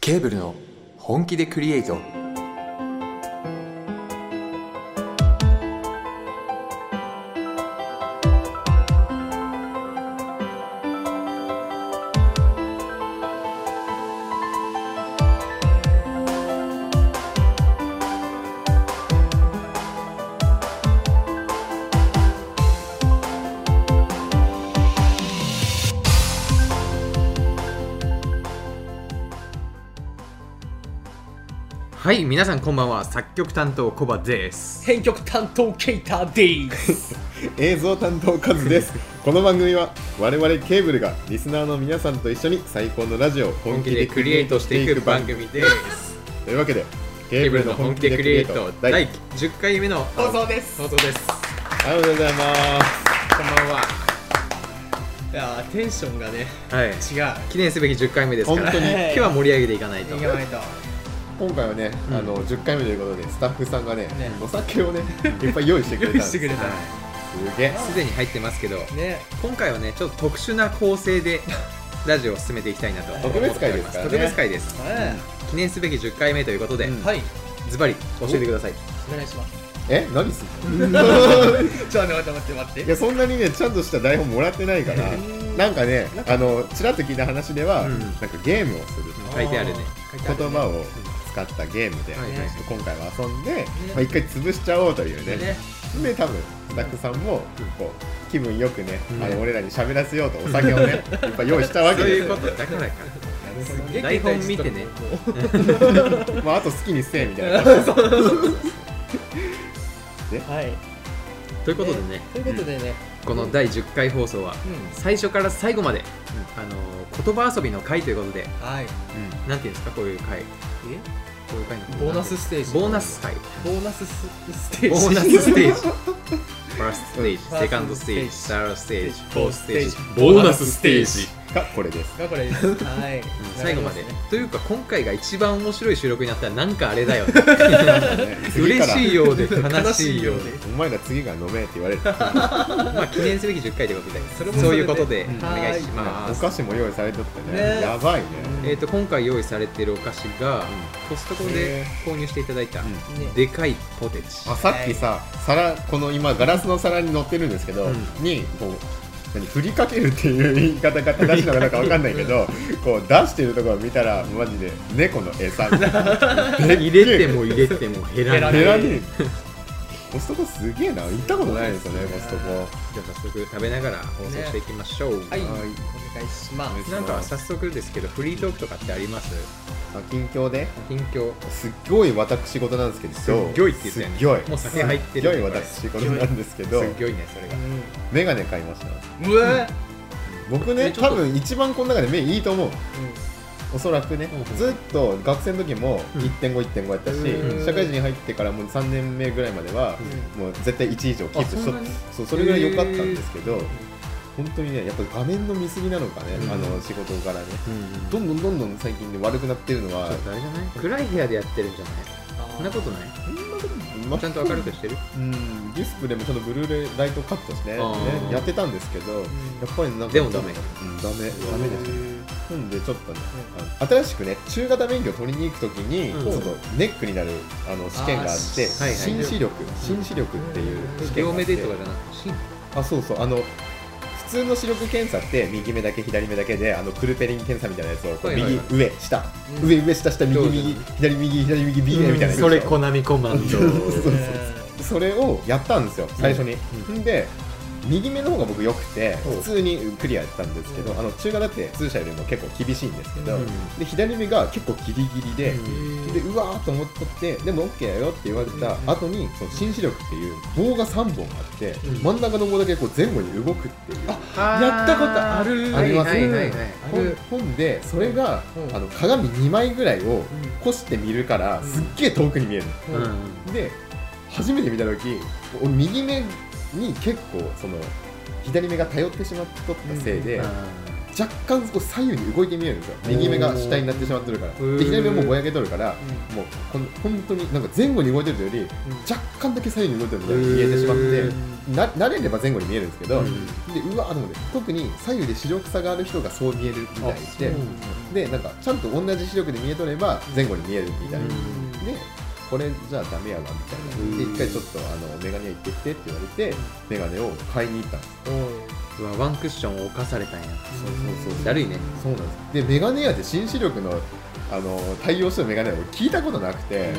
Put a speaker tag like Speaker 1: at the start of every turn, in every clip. Speaker 1: ケーブルの本気でクリエイトはい皆さんこんばんは作曲担当コバです
Speaker 2: 編曲担当ケイターです。
Speaker 3: 映像担当カズです。 この番組は我々ケーブルがリスナーの皆さんと一緒に最高のラジオを本気でクリエイトしていく番組。
Speaker 1: 組です
Speaker 3: というわけで、
Speaker 1: ケ
Speaker 3: ケ
Speaker 1: ーブルの本気でクリエイト第10回目の
Speaker 2: 放送です
Speaker 1: 放送です
Speaker 3: ありがとうございます。
Speaker 1: こんばんはい
Speaker 2: やーテンションがね
Speaker 1: はい
Speaker 2: 違う。
Speaker 1: 記念すべき10回目ですから
Speaker 3: 本当 に
Speaker 1: 今日は盛り上げていかないと
Speaker 2: いかないと。
Speaker 3: 今回はね、
Speaker 1: うん
Speaker 3: あの10回目ということで、スタッフさんがね、
Speaker 2: ね
Speaker 3: お酒 をね、いっぱい用意してくれたん
Speaker 2: 用
Speaker 3: で
Speaker 2: 意し
Speaker 3: す。
Speaker 2: てくれた。
Speaker 1: は
Speaker 3: すげえ
Speaker 1: い。すでに入ってますけど
Speaker 2: ね。
Speaker 1: 今回はねちょっと特殊な構成でラジオを進めていきたいなと
Speaker 3: 特別会ですからね
Speaker 1: 特別会です記念すべき10回目ということで、
Speaker 3: うん
Speaker 2: はい。
Speaker 1: ズバリ教えてください
Speaker 2: お願いします。
Speaker 3: え、何する
Speaker 2: ちょっと待って待って待っ
Speaker 3: い
Speaker 2: て。
Speaker 3: や、そんなにね、ちゃんとした台本もらってないから、なんかね、あの、ちらっと聞いた話では、
Speaker 1: うん
Speaker 3: なんかゲームをする。
Speaker 1: 書いてあるね
Speaker 3: 言葉
Speaker 2: を。
Speaker 3: を使ったゲームで、
Speaker 1: はい
Speaker 2: はい
Speaker 3: ちょっと今回は遊んで、まあ、一回潰しちゃおうというね
Speaker 2: ね。
Speaker 3: で多分スタッフさんもこう気分よくね、
Speaker 1: うん
Speaker 3: あの俺らに喋らせようとお酒をねいっぱい用意したわけ
Speaker 1: そう
Speaker 3: で
Speaker 1: い
Speaker 3: す
Speaker 1: う
Speaker 3: よ
Speaker 1: ことだからか台
Speaker 2: 台
Speaker 1: 本
Speaker 2: 本
Speaker 1: 見
Speaker 2: 見
Speaker 1: て
Speaker 2: て
Speaker 1: ね
Speaker 2: ね。
Speaker 3: まああと好きにせえみたいな 感じ
Speaker 2: はい。
Speaker 1: ということでね
Speaker 2: ということでね。
Speaker 1: この第10回放送は
Speaker 2: うん。
Speaker 1: 最初から最後まで、あのー言葉遊びの回ということで
Speaker 2: はい。
Speaker 1: なんていうんですかこういう回こ
Speaker 2: え？
Speaker 1: ういう回の
Speaker 2: ボーナスステージ。
Speaker 1: ボーナス。 回
Speaker 2: ボーナスステージ。
Speaker 1: ボーナス ステージファーストステージ、
Speaker 2: うん
Speaker 1: セカンドステージ、
Speaker 2: フ
Speaker 1: サードステージ、フォーステージ、
Speaker 3: ボーナスステージがこれです
Speaker 2: がこれです。はい。
Speaker 1: うん最後まで
Speaker 2: ね。。
Speaker 1: というか、今回が一番面白い収録になったら、なんかあれだよ ね。
Speaker 3: 次か
Speaker 1: 嬉
Speaker 3: ら
Speaker 1: しいようで悲
Speaker 2: 悲
Speaker 1: し
Speaker 2: し
Speaker 1: い
Speaker 2: い
Speaker 1: よ
Speaker 2: よ
Speaker 1: う
Speaker 2: う
Speaker 1: で
Speaker 2: で。
Speaker 3: お前ら次が飲めって言われる
Speaker 1: まあ、記念すべき10回ということで、そ
Speaker 2: それもそれで
Speaker 1: ういうことで
Speaker 2: うん
Speaker 1: お願いしま
Speaker 3: お
Speaker 1: す。
Speaker 3: 菓子も用意されとってね
Speaker 2: ね
Speaker 3: やばいね、
Speaker 2: うん
Speaker 1: えっと、今回用意されてるお菓子が、コストコで
Speaker 3: へ
Speaker 1: 購入していただいた、
Speaker 3: う
Speaker 2: ね。
Speaker 1: でかいポテチ。
Speaker 3: んあさっきさ皿この今ガラスの皿に乗ってるんですけど、
Speaker 1: うん
Speaker 3: にこう何振りかけるっていう 言い方が正しいのかなんかわかんないけどこう出してるところを見たらマジで猫の 餌みたいな
Speaker 1: 入れても入れても減らない。
Speaker 3: ヘ
Speaker 2: 減
Speaker 3: ラ
Speaker 2: ら
Speaker 3: にコストコすげえな行ったことないですよねコストコ
Speaker 1: じゃあ、早速食べながら放送していきましょう。
Speaker 2: はい。お
Speaker 3: は
Speaker 2: 願
Speaker 3: い
Speaker 2: いします。
Speaker 1: なんか、早速ですけど、フリートークとかってあります
Speaker 3: あ近況で
Speaker 1: 近況。
Speaker 3: すっごい私事なんですけど
Speaker 1: すっごいって言ったよね
Speaker 3: すっごい
Speaker 1: もう酒入ってる
Speaker 3: すっ
Speaker 1: ね
Speaker 3: ごい私事なんですけ
Speaker 1: すっ
Speaker 3: ど
Speaker 1: ごいね、それが。
Speaker 3: メガネ買いました
Speaker 2: うん。うわ。
Speaker 3: 僕
Speaker 1: え
Speaker 3: ね
Speaker 1: ちょっ
Speaker 3: 多
Speaker 1: と
Speaker 3: 分一番この中で目いいと思うおそらくね、
Speaker 1: うん
Speaker 3: ずっと学生の時も
Speaker 1: うん
Speaker 3: 1.5、1.5やったし、
Speaker 2: うん
Speaker 3: 社会人入ってからもう3年目ぐらいまでは、もう絶対1以上キープしと
Speaker 1: あそんなに
Speaker 3: そうそれぐらい良かったんですけど、本当にね、やっぱ画面の見過ぎなのかね、
Speaker 1: うん
Speaker 3: あの仕事からね、
Speaker 1: うん
Speaker 3: どんどんどんどん最近ね、悪くなってるのは、
Speaker 1: ちょっとあれじゃない暗い部屋でやってるんじゃないそんなことない
Speaker 3: ま
Speaker 1: ちゃんと明るくしてる
Speaker 3: うん、ディスプレイもちゃんとブルーレイライトカットしてね、
Speaker 1: あー
Speaker 3: やってたんですけど、やっぱりなんか、
Speaker 1: でもダメ
Speaker 3: うんダメ、ダメですね。
Speaker 2: う
Speaker 3: なんでちょっとね、あの新しくね中型免許を取りに行くときに、
Speaker 1: うん
Speaker 3: ちょっとネックになるあの試験があって、
Speaker 2: あーし
Speaker 1: はいはい
Speaker 3: 新視力、新視力っていう試
Speaker 1: 両
Speaker 3: 験があっ
Speaker 1: 目
Speaker 3: て
Speaker 1: でとかじゃなくてシン
Speaker 3: あそうそうあの普通の視力検査って右目だけ左目だけであのクルペリン検査みたいなやつをこう、
Speaker 1: はいはいはい
Speaker 3: 右上下、
Speaker 2: うん
Speaker 3: 上上下下右右
Speaker 1: ど
Speaker 3: 左右左右右上みたいな、
Speaker 1: それコナミコマンド
Speaker 3: それをやったんですよ最初に、
Speaker 1: うん
Speaker 3: んで右目の方が僕良くて
Speaker 1: おう
Speaker 3: 普通にクリアやったんですけど、
Speaker 2: うん
Speaker 3: あの中型って通車よりも結構厳しいんですけど、
Speaker 2: うん
Speaker 3: で左目が結構ギリギリで、
Speaker 2: ん
Speaker 3: でうわーと思っとってでも OK だよって言われた
Speaker 2: うん
Speaker 3: 後にその新視力っていう棒が3本あって、
Speaker 1: うん
Speaker 3: 真ん中の棒だけこう前後に動くっていう
Speaker 2: やったことある
Speaker 3: あります
Speaker 1: はいはいはいはい
Speaker 2: あ
Speaker 3: 本
Speaker 2: る
Speaker 3: 本でそれが、
Speaker 2: うん
Speaker 3: あの鏡2枚ぐらいをこして見るから、
Speaker 2: うん
Speaker 3: すっげえ遠くに見えるの
Speaker 1: うんうん
Speaker 3: で初めて見た時俺右目に結構その左目が頼ってしまっとったせいで、
Speaker 1: あ
Speaker 3: 若干こう左右に動いて見えるんですよ右目が主体になってしまってるから
Speaker 1: ー
Speaker 3: で左目もぼやけとるからもうこん本当になんか前後に動いてるというより若干だけ左右に動いてるみたいに見えてしまってな慣れれば前後に見えるんですけど、
Speaker 1: うん
Speaker 3: でうわーと思って特に左右で視力差がある人がそう見えるみたい
Speaker 1: で
Speaker 3: ででなんかちゃんと同じ視力で見えとれば前後に見えるみたいな、
Speaker 1: うん
Speaker 3: でこれじゃあダメやわみたいなで
Speaker 1: うん
Speaker 3: 一回ちょっとあのメガネ屋行ってきてって言われてメガネを買いに行ったんです
Speaker 1: うわワンクッションを犯されたんや
Speaker 3: そうそうそう
Speaker 1: だるいね
Speaker 3: そうなんですでメガネ屋で新視力のあの対応してるメガネを聞いたことなくて、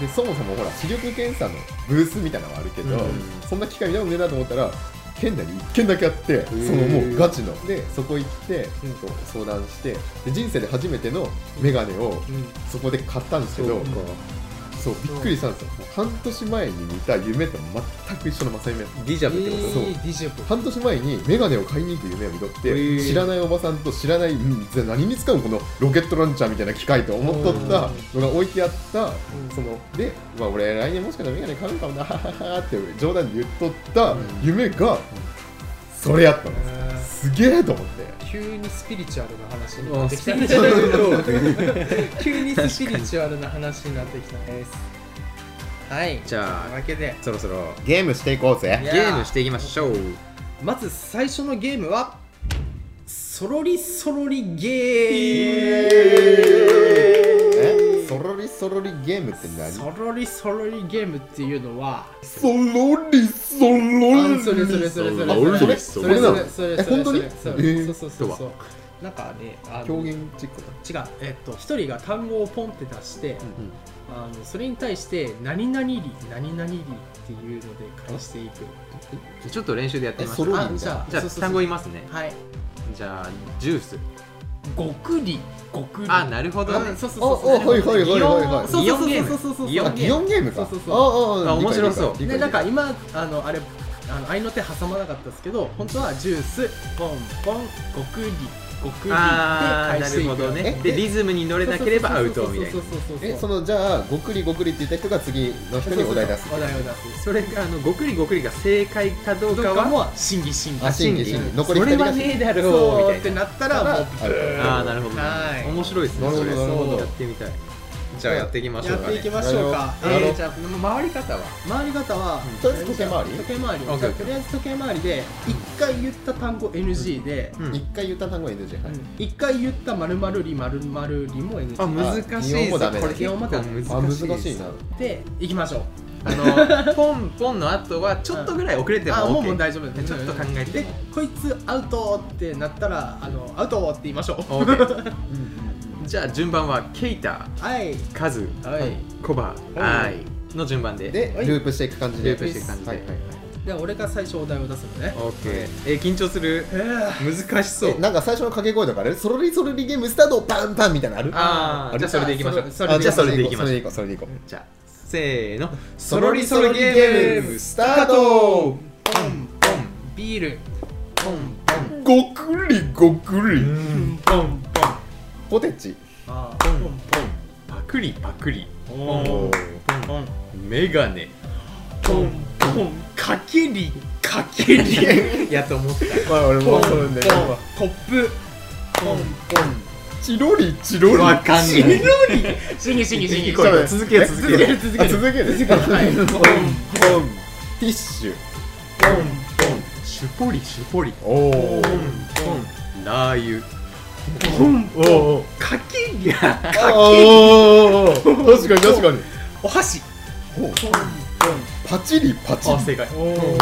Speaker 3: でそもそもほら視力検査のブースみたいなのはあるけ
Speaker 1: う
Speaker 3: ど、
Speaker 1: ん
Speaker 3: そんな機会見たことねえなと思ったら県内に1軒だけあってそ
Speaker 1: ー
Speaker 3: のもうガチのでそこ行って、こう相談してで人生で初めての眼鏡をそこで買ったんですけど
Speaker 1: か
Speaker 3: そうびっくりしたんですよもう半年前に見た夢と全く一緒の正夢
Speaker 1: ディジャブってこ
Speaker 3: そう半年前に眼鏡を買いに行く夢を見とって、
Speaker 1: へー
Speaker 3: 知らないおばさんと知らないうんじゃあ何に使うのこのロケットランチャーみたいな機械と思っとったのが置いてあったそので、まあ、俺来年もしかしたら眼鏡買うかもなって冗談で言っとった夢が、それやったんですすげえと思って
Speaker 2: 急にスピリチュアルな話に
Speaker 1: と
Speaker 2: な
Speaker 1: あ
Speaker 2: ってきた
Speaker 1: スピリチュアルトーク
Speaker 2: 急にスピリチュアルな話になってきたですはい
Speaker 1: じゃあ
Speaker 2: というわけで
Speaker 1: そろそろ
Speaker 3: ゲームしていこう
Speaker 2: い
Speaker 3: ぜ
Speaker 1: ゲ
Speaker 2: や
Speaker 1: ームしていきましょう
Speaker 2: まず最初のゲームはそろりそろりゲ
Speaker 3: えそろりそろりゲームって
Speaker 2: ーム
Speaker 3: 何
Speaker 2: そろりそろりゲームっていうのは
Speaker 3: そろりそろ
Speaker 2: あそれそれそれそれ
Speaker 3: あ俺
Speaker 2: それ
Speaker 3: そ
Speaker 2: そ
Speaker 3: れ
Speaker 2: れ
Speaker 3: な
Speaker 2: そ
Speaker 3: の
Speaker 2: れそれそれ
Speaker 3: え本当に
Speaker 2: それ
Speaker 3: えー
Speaker 2: そうそうそうそうなんかねあの
Speaker 3: 狂
Speaker 2: 違う
Speaker 3: 言チックだ
Speaker 2: えっと一人が単語をポンって出してあのそれに対して何々り何々りっていうので返していく
Speaker 1: ちょっと練習でやってみましょ
Speaker 3: え
Speaker 1: う
Speaker 3: そろり
Speaker 1: あ
Speaker 3: み
Speaker 1: じ
Speaker 3: たいな
Speaker 1: ゃあじゃあ
Speaker 2: そうそうそう
Speaker 1: 単語言いますね
Speaker 2: はい
Speaker 1: じゃあジュース
Speaker 2: 極利極利
Speaker 1: あなるほどね
Speaker 2: あそうそう
Speaker 3: あ
Speaker 2: そうそう
Speaker 3: はいはいはいはいはい
Speaker 2: そうそうそうそうそうそう
Speaker 1: 擬
Speaker 3: あ
Speaker 1: 音
Speaker 3: 擬音ゲーム
Speaker 2: そ
Speaker 3: か
Speaker 2: うそうそう
Speaker 3: あああ
Speaker 1: あ面白そう
Speaker 3: 理解
Speaker 2: ね、
Speaker 3: 理
Speaker 2: なん
Speaker 3: 解
Speaker 2: か今あのあれあの合いの手挟まなかったですけど本当はジュースポンポンごくりごくりって
Speaker 1: あー
Speaker 2: 返
Speaker 1: な
Speaker 2: して
Speaker 1: る
Speaker 2: いく
Speaker 1: ほどね
Speaker 3: え
Speaker 1: でリズムに乗れなければアウトみたいな
Speaker 2: そうそうそうそう
Speaker 3: えそのじゃあごくりごくりって言った人が次の人にお題出す
Speaker 2: お題を出す
Speaker 1: それがあのごくりごくりが正解かどう
Speaker 2: と
Speaker 1: か
Speaker 2: か
Speaker 1: は
Speaker 2: も審議審議
Speaker 3: あ審議審議残り二人が
Speaker 1: それはねえだろ
Speaker 2: そう
Speaker 1: み
Speaker 2: うったて
Speaker 1: いな
Speaker 2: なったらもう
Speaker 3: ある
Speaker 1: ああなるほどね
Speaker 2: はい
Speaker 1: 面白いですね
Speaker 3: なる
Speaker 1: そ
Speaker 3: ほ
Speaker 1: れ
Speaker 3: ど
Speaker 2: なるほど
Speaker 1: やってみたいじゃあやっていきましょ
Speaker 2: や
Speaker 1: う
Speaker 2: っ
Speaker 1: か
Speaker 2: ていき
Speaker 1: ね
Speaker 2: ましょうか
Speaker 3: なるほど
Speaker 2: えーじゃあ回り方は回り方は
Speaker 3: とりあえず時計回り
Speaker 2: 時計回り
Speaker 1: オッケーオッケー
Speaker 2: とりあえず時計回りで1回言った単語 NG で
Speaker 1: うん
Speaker 3: 一回言った単語 NG はい
Speaker 2: 一回言ったまるまるりまるまるりも NG
Speaker 1: あ難しい
Speaker 3: 擬
Speaker 1: で
Speaker 3: 音も
Speaker 1: す
Speaker 3: ダメ
Speaker 1: これ結構
Speaker 3: あ
Speaker 1: 難
Speaker 3: 難
Speaker 1: しい
Speaker 3: しいな
Speaker 2: で行きましょう
Speaker 1: あのポンポンの後はちょっとぐらい遅れても
Speaker 2: あ
Speaker 1: OK
Speaker 2: もうもう大丈夫です
Speaker 1: ちょっと考えて
Speaker 2: でこいつアウトってなったらあのアウトって言いましょう
Speaker 1: OK じゃあ順番はケイタ
Speaker 2: はい
Speaker 1: カズ
Speaker 2: はい
Speaker 1: コバアイの順番で
Speaker 3: で
Speaker 2: はい
Speaker 3: ループしていく感じで
Speaker 1: ループしていく感じで
Speaker 3: はいはいはい
Speaker 2: で俺が最初お題を出すのね
Speaker 1: OK えー緊張する
Speaker 2: えー
Speaker 1: 難しそ
Speaker 3: え
Speaker 1: う
Speaker 3: なんか最初の掛け声とかあれそろりそろりゲームスタートパンパンみたいなのある
Speaker 1: あー
Speaker 3: あ
Speaker 1: じゃあそれでいきましょう
Speaker 2: それ
Speaker 3: あじゃあそれでい
Speaker 1: いき
Speaker 3: きま
Speaker 1: ま
Speaker 3: しょうそれ
Speaker 1: しょ
Speaker 3: でいうこうそれでいこう
Speaker 1: じゃあせーの
Speaker 3: そろりそろりゲームスタート
Speaker 2: ポンポンビールポン
Speaker 3: ごくりごくり
Speaker 2: ポンポンポン
Speaker 3: ポテチ
Speaker 2: あ
Speaker 1: ポンポンパクリパクリ
Speaker 2: ー
Speaker 1: ポン
Speaker 3: おー
Speaker 2: ポン
Speaker 1: メガネ
Speaker 2: ポンポンかけりかけり
Speaker 1: やと思った
Speaker 3: まあ俺
Speaker 2: ポ
Speaker 3: も
Speaker 2: ンポ
Speaker 3: そ
Speaker 2: ン
Speaker 3: うね
Speaker 2: コップポンポン
Speaker 3: チロリチロリ
Speaker 1: わかんない
Speaker 3: チロ
Speaker 2: シンギシンギシンギ
Speaker 3: これ
Speaker 1: 続ける続ける
Speaker 3: リあ続ける
Speaker 2: はいポンポン
Speaker 3: ポンティッシュ
Speaker 1: シュポリシュポリ
Speaker 3: おお
Speaker 1: ラー油
Speaker 2: ポン
Speaker 3: おお
Speaker 2: かけりゃ
Speaker 3: おー確かに確かに
Speaker 2: お箸
Speaker 3: おパチリパチリ
Speaker 1: あ正解
Speaker 2: ポンポンポン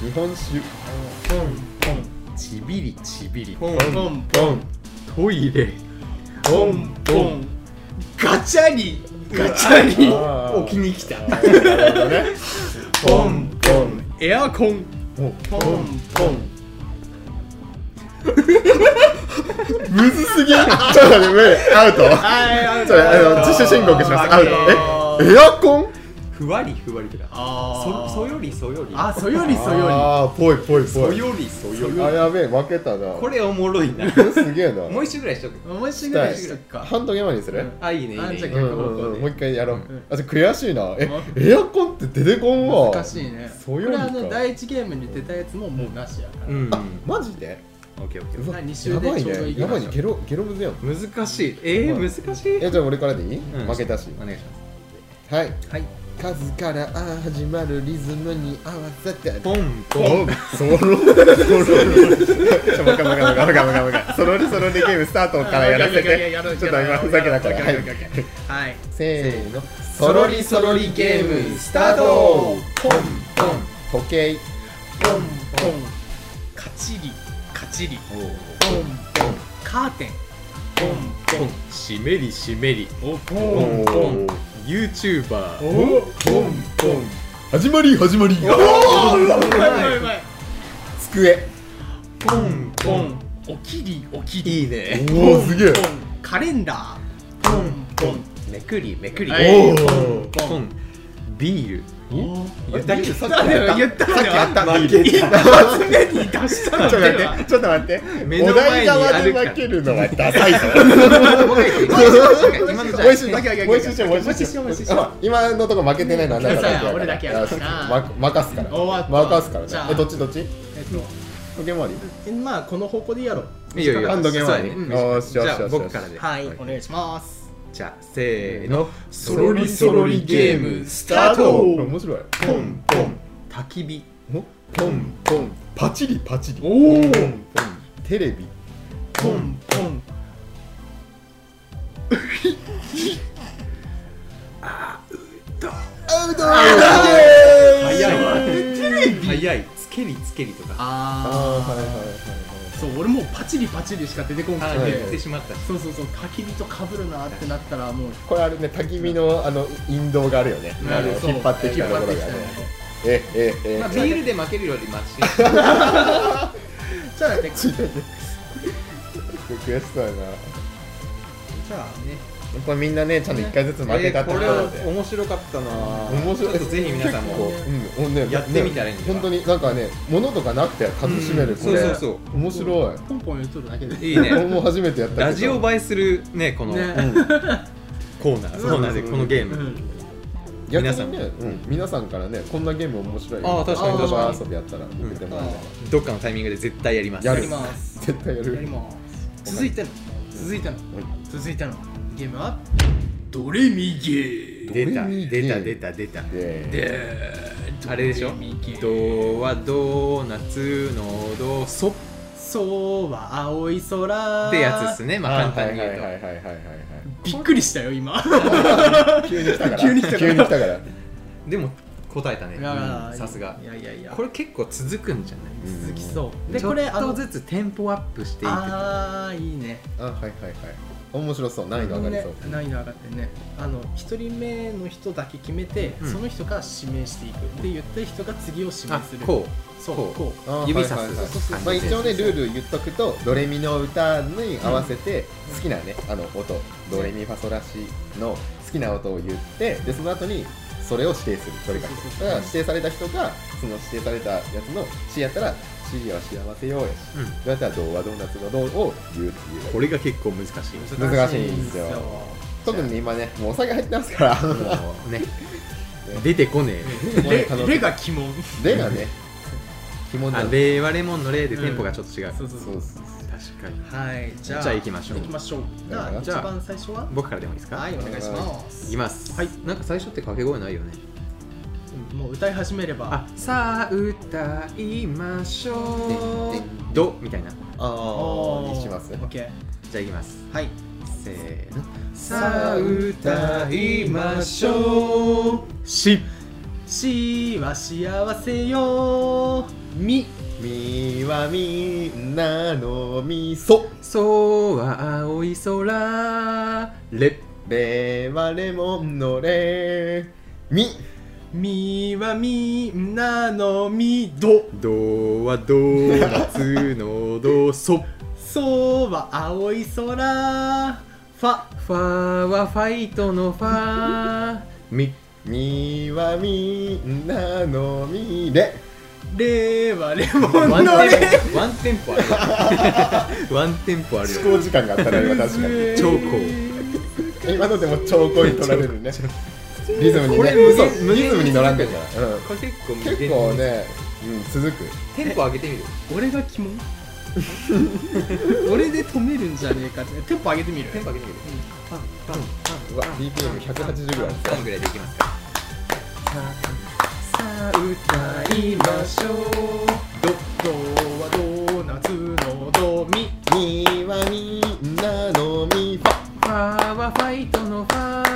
Speaker 3: 日本酒
Speaker 2: ポン
Speaker 1: ちびりちびり
Speaker 2: ポンポン
Speaker 3: ポン
Speaker 1: トイレ
Speaker 2: ポンポンガチャリガチャリ
Speaker 3: あー
Speaker 2: 置きに来た
Speaker 3: なるほどね
Speaker 2: ポン
Speaker 3: ポン
Speaker 2: エアコン
Speaker 3: ポン
Speaker 2: ポンポン
Speaker 3: むずすぎちょっと待って無理アウト
Speaker 2: はいアウ
Speaker 3: それあの自主申告しますアウトえエアコン
Speaker 1: ふわりふわりとか
Speaker 2: あ
Speaker 1: そそよりそより
Speaker 2: あそよりそよ
Speaker 3: あーぽいぽいぽ
Speaker 1: そ
Speaker 3: い
Speaker 1: よりそよ
Speaker 3: あ
Speaker 1: り
Speaker 3: やべえ負けたな
Speaker 1: これおもろいな
Speaker 3: すげえな
Speaker 1: もう一周ぐらいしとく
Speaker 2: り面白い
Speaker 3: し
Speaker 2: ぐら
Speaker 3: た
Speaker 2: い
Speaker 3: い
Speaker 2: しとくか
Speaker 3: 半時計回りにする
Speaker 1: あいいねいい
Speaker 2: あじゃ
Speaker 1: ね
Speaker 2: あ
Speaker 3: う
Speaker 2: 逆
Speaker 3: ん
Speaker 2: 方向
Speaker 3: うん
Speaker 2: で
Speaker 3: うんもう一回やろ
Speaker 1: う
Speaker 3: うあちょ悔しいなえ
Speaker 2: う
Speaker 3: エアコンって出てこんわ
Speaker 2: 難しいね
Speaker 3: そ
Speaker 2: こ
Speaker 3: より
Speaker 2: れ
Speaker 3: か
Speaker 2: あの第一ゲームに出たやつももうなしやから、
Speaker 1: うん
Speaker 3: マジで
Speaker 1: オッケーオッケ
Speaker 3: う
Speaker 1: ー
Speaker 3: わ
Speaker 2: 二
Speaker 3: や
Speaker 2: 周で
Speaker 3: ばい
Speaker 2: ちょうどいいか
Speaker 3: ねや
Speaker 2: ら
Speaker 3: ばいねゲロゲロムゼやん
Speaker 1: 難しいえ
Speaker 3: うわ
Speaker 1: ー、難しい
Speaker 3: えじゃあ俺からでいい、
Speaker 1: うん
Speaker 3: 負けたし
Speaker 1: お願いします
Speaker 3: はい
Speaker 1: はい
Speaker 3: 数から始まるリズムに合わせて
Speaker 1: ポンポン
Speaker 3: おソロソロちょバカバカバカバカバカバカソロでソロでゲームスタートからやらせ
Speaker 2: いやい
Speaker 3: て
Speaker 2: やいや
Speaker 3: ちょっと今ふざけたから
Speaker 2: や
Speaker 3: は
Speaker 2: ろう
Speaker 3: い
Speaker 2: やろうやろうやろうやろうはい
Speaker 3: せーの
Speaker 1: ソロリソロリゲームスタート
Speaker 3: ポン
Speaker 1: ポン
Speaker 3: 時計
Speaker 2: ポンポンカチリカチリ
Speaker 1: おー
Speaker 2: ポンポンカーテンポンポン
Speaker 1: しめりしめり
Speaker 2: おポ
Speaker 3: ポ
Speaker 2: ンポン
Speaker 1: YouTuber
Speaker 2: おう
Speaker 3: ポンポン始まり始まり
Speaker 2: まいうまい
Speaker 3: 机
Speaker 2: ポンポンおきりおきり
Speaker 1: いいね
Speaker 3: おおすげえ
Speaker 2: ポンカレンダーポンポン
Speaker 1: めくりめくり
Speaker 2: はい
Speaker 3: おー
Speaker 2: ポンポ
Speaker 1: ポ
Speaker 2: ン
Speaker 1: ンビール
Speaker 3: 言
Speaker 1: ったっけ
Speaker 3: さっき
Speaker 2: だって
Speaker 3: やった
Speaker 2: 言った
Speaker 3: さっきやった
Speaker 1: 負け
Speaker 3: ちょっ
Speaker 2: 常に出したの
Speaker 3: と
Speaker 2: で
Speaker 3: 待
Speaker 2: は
Speaker 3: ってちょっと待って
Speaker 1: 目の前
Speaker 3: お題
Speaker 1: にあるから
Speaker 3: 側で負けるのはダサいぞ
Speaker 1: もう一 回今のじゃ
Speaker 3: もう一周
Speaker 1: な
Speaker 3: も
Speaker 1: いう
Speaker 3: 一周してもう一
Speaker 2: もう
Speaker 3: 周して
Speaker 2: 一周しようもう一周しよう
Speaker 3: あ 今のとこ負けてないのはあなただけだから
Speaker 2: 俺だけやから
Speaker 3: あそう ま任すから
Speaker 2: 終わった
Speaker 3: 任すから
Speaker 2: じゃ
Speaker 3: ね
Speaker 2: あ
Speaker 3: えどっちどっち
Speaker 2: えっ
Speaker 3: 時計回り
Speaker 2: とまあこの方向でやろう
Speaker 1: いよいいよ
Speaker 3: ハンドゲーム
Speaker 1: そう
Speaker 3: は
Speaker 1: だ
Speaker 3: ね
Speaker 1: ねうん
Speaker 3: よーし
Speaker 1: じ
Speaker 3: よし
Speaker 1: ゃ
Speaker 3: よし
Speaker 1: あ
Speaker 3: よし
Speaker 1: 僕からでは
Speaker 2: はいお願いします
Speaker 1: じゃあせーのソ
Speaker 3: ロリソロリゲーム
Speaker 1: ス
Speaker 3: 面白い
Speaker 1: ポンポン焚き火
Speaker 3: おポンポンパチリパチリ
Speaker 2: おー
Speaker 3: ポンポンテレビ
Speaker 2: ポンポン
Speaker 3: アウト
Speaker 1: 早いテレビ早いつけりつけりとか
Speaker 3: あ
Speaker 2: あ
Speaker 3: ーはいはいはい
Speaker 2: あそう俺もうパチリパチリしか出てこんか
Speaker 1: あ
Speaker 2: ら
Speaker 3: は
Speaker 2: ね
Speaker 3: い
Speaker 1: 言ってしまった
Speaker 2: そうそうそう焚き火とかぶるなってなったらもう
Speaker 3: これあれね焚き火のあの引導があるよね
Speaker 1: うん
Speaker 3: あの
Speaker 2: そう
Speaker 3: 引っ張ってきたところが
Speaker 2: 引
Speaker 3: ね
Speaker 2: っ張ってきたね
Speaker 3: えええ
Speaker 1: まあビ
Speaker 3: え
Speaker 1: ールで負けるより マシ
Speaker 2: じゃあねじ
Speaker 3: 悔しそうやな
Speaker 2: ゃ
Speaker 3: や
Speaker 2: あね
Speaker 3: っぱみんなねちゃんと1回ずつ負けたって
Speaker 1: こ
Speaker 3: こ
Speaker 1: れ
Speaker 3: と
Speaker 1: は
Speaker 3: で
Speaker 1: 面白かったな
Speaker 3: 面白い
Speaker 1: ちょっとぜひ皆さんも
Speaker 3: 結構うんおね
Speaker 1: やってみたらいいんだ
Speaker 3: ね本当になんかね物とかなくて楽しめるこ
Speaker 1: そう
Speaker 3: れ
Speaker 1: そうそう
Speaker 3: 面白い
Speaker 2: ポンポン言うとるだけで
Speaker 1: いい
Speaker 3: 俺
Speaker 1: ね
Speaker 3: も初めてやったけど
Speaker 1: ラジオ映えするねこの
Speaker 2: ね
Speaker 3: うん
Speaker 1: コーナーコーナーでこのゲー
Speaker 2: う
Speaker 1: ム
Speaker 2: ん
Speaker 3: 逆
Speaker 1: 皆さん
Speaker 3: にねうん皆さんからねこんなゲーム面白い
Speaker 1: あー確
Speaker 2: かに確かに
Speaker 3: に遊びやったら見てもらえれば
Speaker 1: どっかのタイミングで絶対やります
Speaker 3: や
Speaker 2: や
Speaker 3: る
Speaker 2: ります
Speaker 3: 絶対や
Speaker 2: やり
Speaker 3: る
Speaker 2: ます続いての続いての
Speaker 3: うん
Speaker 2: 続いてのゲームはドレミゲー
Speaker 1: 出た
Speaker 3: ドレミ
Speaker 1: 出た出た出た
Speaker 3: で
Speaker 2: で
Speaker 1: あれでしょ
Speaker 2: ドレミゲー
Speaker 1: ドはドーナツのドソ
Speaker 2: そうは青い空
Speaker 1: ってやつっすねまあ簡単に言う
Speaker 3: はい
Speaker 1: と
Speaker 3: はいはいはいはいはい
Speaker 2: びっくりしたよ今
Speaker 3: はい急に来たから
Speaker 2: 急に来たから
Speaker 3: 急に来たから
Speaker 1: でも答えたね
Speaker 2: いや
Speaker 1: うんさすが
Speaker 2: いやいやいや
Speaker 1: これ結構続くんじゃない
Speaker 2: 続きそう
Speaker 1: で
Speaker 2: で
Speaker 1: こ
Speaker 2: こ
Speaker 1: れ
Speaker 2: れ
Speaker 1: ちょ
Speaker 2: あ
Speaker 1: っと
Speaker 2: の
Speaker 1: ずつテンポアップしていく
Speaker 2: あーいいね
Speaker 3: あはいはいはい面白そう難易度上がり
Speaker 2: ね
Speaker 3: そう
Speaker 2: 難易度上がってねあの1人目の人だけ決めて、
Speaker 1: うん
Speaker 2: その人から指名していくで言った人が次を指名
Speaker 1: あ
Speaker 2: する
Speaker 1: こう
Speaker 2: そう
Speaker 1: こう
Speaker 2: こう
Speaker 3: あー
Speaker 1: 指
Speaker 3: はいはいはい
Speaker 1: さす
Speaker 2: そうそうそう
Speaker 3: まあ一応ねルール言っとくとドレミの歌に合わせて好きなねあの音ドレミファソラシの好きな音を言ってでその後にそれを指定するどれか
Speaker 2: そうそう
Speaker 3: だから指定された人がその指定されたやつの C やったら C は幸せよやし
Speaker 1: うん
Speaker 3: どうやったらドはドーナツのドを言うっていう
Speaker 1: これが結構難しい
Speaker 3: 難しいんですよ特に今ねもうお酒入ってますから
Speaker 1: もうね出てこねえ
Speaker 2: レレが鬼門
Speaker 3: レがね鬼門だ
Speaker 1: あ
Speaker 3: ね
Speaker 1: 令和レモンの例でテンポがちょっと違う、
Speaker 2: そう
Speaker 1: 確
Speaker 2: そうそう
Speaker 3: そ
Speaker 2: う
Speaker 3: そう
Speaker 1: かに
Speaker 2: はいじゃあ
Speaker 1: じゃあ行きましょう
Speaker 2: 行きましょうじゃあ一
Speaker 1: じゃあ
Speaker 2: 番最初は
Speaker 1: 僕からでもいいですか
Speaker 2: はいお願いします
Speaker 1: いきますはいなんか最初って掛け声ないよね
Speaker 2: うんもう歌い始めれば
Speaker 1: あさあ歌いましょ
Speaker 3: で
Speaker 1: うどみたいな
Speaker 3: ああにします
Speaker 2: オッケ
Speaker 1: じゃあいきます
Speaker 2: ーはい
Speaker 1: せーのさあ歌いましょうし
Speaker 2: しは幸せよみ
Speaker 3: みはみんなのみそ
Speaker 1: そうは青い空れ
Speaker 3: れはレモンのれみ
Speaker 2: みはみんなのみど
Speaker 1: ドはドーナツのドソ
Speaker 2: そうは青い空ファ
Speaker 1: ファはファイトのファミ
Speaker 3: みはみんなのみれ
Speaker 2: レはレモン
Speaker 1: ワン
Speaker 2: のレ
Speaker 1: テンポワンテンポあるワンテンポある
Speaker 3: 思
Speaker 1: よ
Speaker 3: 考時間があったら今確かに
Speaker 1: 超高
Speaker 3: 今のでも超高に取られるねリズムに
Speaker 1: こ
Speaker 3: ね
Speaker 1: れ無
Speaker 3: 嘘
Speaker 1: 限無限
Speaker 3: リズムに乗らんでるから、うん、
Speaker 1: これ結構
Speaker 3: 結構ね、うん、続く
Speaker 1: テンポ上げてみる
Speaker 2: 俺が鬼門 俺で止めるんじゃねえかってテンポ上げてみる
Speaker 1: テンポ上げてみるパンパンパン
Speaker 3: うわ BPM180 ぐらい
Speaker 1: パンぐらいでいきますか
Speaker 2: さあ歌いましょうドドはドーナツのドミ
Speaker 3: みはみんなのみファ
Speaker 2: ファはファイトのファ
Speaker 1: ラ
Speaker 2: ラ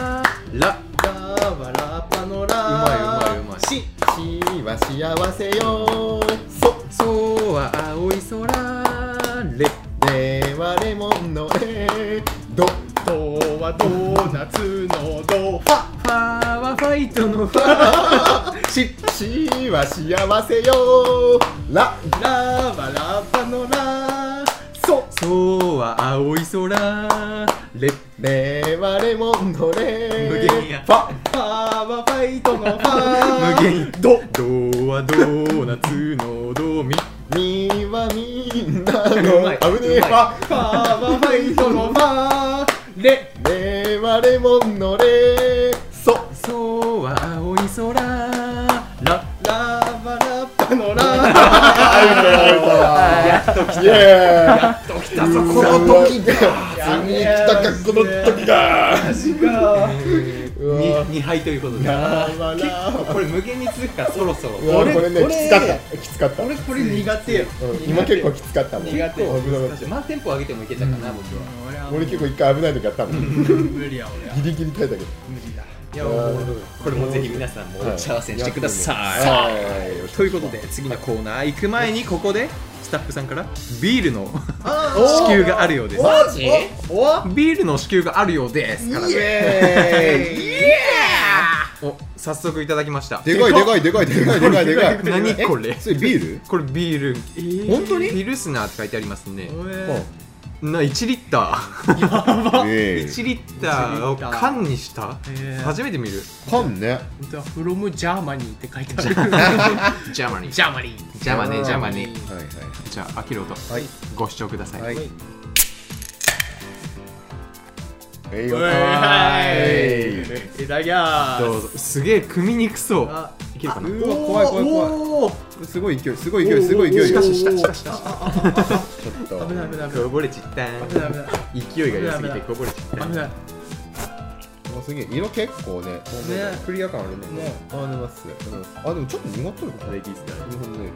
Speaker 2: はラッパのラ
Speaker 1: うまいうまいうまい
Speaker 2: し
Speaker 3: しは幸せよそ
Speaker 2: そうは青い空レ
Speaker 3: ではレモンのえど
Speaker 2: ドはドーナツのドファファはファイトのファ
Speaker 3: ししは幸せよら
Speaker 2: ラはラッパのラ
Speaker 3: そ
Speaker 2: そうは青い空レフ
Speaker 3: ではレモンのれ
Speaker 1: 無限や
Speaker 3: ファ
Speaker 2: ァはファイトのファ
Speaker 1: 無限
Speaker 2: ドドはドーナツのドミ
Speaker 3: みはみんな
Speaker 1: うまい
Speaker 3: の危ねえ
Speaker 1: うまい
Speaker 3: ファ
Speaker 2: ファはファイトのファレ
Speaker 3: ではレモンのれそ
Speaker 2: そうは青い空ラ
Speaker 1: ラ
Speaker 2: はラッパのラ
Speaker 1: やっと
Speaker 3: イエーイ
Speaker 1: 来たぞこ
Speaker 3: こ
Speaker 1: の
Speaker 3: の時が次に来たかこの時が
Speaker 2: 味が
Speaker 3: うわー
Speaker 1: 2杯ということでこれ無限に続くからそろそろ
Speaker 3: うわ
Speaker 2: 俺
Speaker 3: これね
Speaker 2: 俺
Speaker 3: きつかったきつかったうん
Speaker 2: 俺これ苦手よ
Speaker 3: 今結構きつかったもん
Speaker 2: 苦手
Speaker 3: 危なかっ
Speaker 1: 満点上げてもいけたかな僕は
Speaker 2: 俺は
Speaker 3: た
Speaker 2: もう
Speaker 3: 俺結構一回危ない時あったもん
Speaker 2: 無理や俺は
Speaker 3: ギリギリ耐えたけど
Speaker 2: 無理だ
Speaker 1: いやもうこれもぜひ皆さんもお茶合わせにしてくださ
Speaker 3: はい
Speaker 1: いということで次のコーナー行く前にここでスタッフさんからビール の支給があるようです
Speaker 3: マジ
Speaker 2: お
Speaker 1: ビールの支給があるようですから
Speaker 3: イ
Speaker 1: ね
Speaker 3: エーイ
Speaker 1: お早速いただきました
Speaker 3: でかいでかいでかいでかいでかいでかい
Speaker 1: 何これ
Speaker 3: えそれビール
Speaker 1: これビール
Speaker 2: えー
Speaker 1: 本当にピルスナーって書いてありますね
Speaker 2: おえ
Speaker 3: うん
Speaker 1: な1リッター
Speaker 3: え
Speaker 1: 1リッターを缶にした
Speaker 2: へー
Speaker 1: 初めて見る
Speaker 3: 缶ね
Speaker 2: 本当は「from ジャーマニー」って書いてある
Speaker 1: ジャーマニー
Speaker 2: ジャーマニー
Speaker 1: ジャマネジャマネ
Speaker 3: はいはい
Speaker 1: じゃあ開ける音
Speaker 3: はい
Speaker 1: ご視聴ください、
Speaker 3: はいえい
Speaker 2: お
Speaker 3: よはい
Speaker 2: いいただきま
Speaker 1: どうぞすげえ組みにくそう
Speaker 2: あ
Speaker 1: いけるかな
Speaker 3: うわ怖い怖い怖い
Speaker 2: 怖い
Speaker 3: すごい勢いすごい勢いすごい勢いよ
Speaker 1: しかし
Speaker 3: ち
Speaker 1: したしたしたした
Speaker 3: ょっと
Speaker 2: 危ない危ない危ない
Speaker 1: こぼれちったん
Speaker 2: 危ない危ない
Speaker 1: 勢いが良すぎてこぼれちったん
Speaker 2: 危ない
Speaker 3: あすげえ色結構ね
Speaker 2: ね
Speaker 3: クリア感あるね
Speaker 2: ね
Speaker 3: あでもすあでもちょっと濁っとるかな
Speaker 1: レディースだね
Speaker 3: 日本の色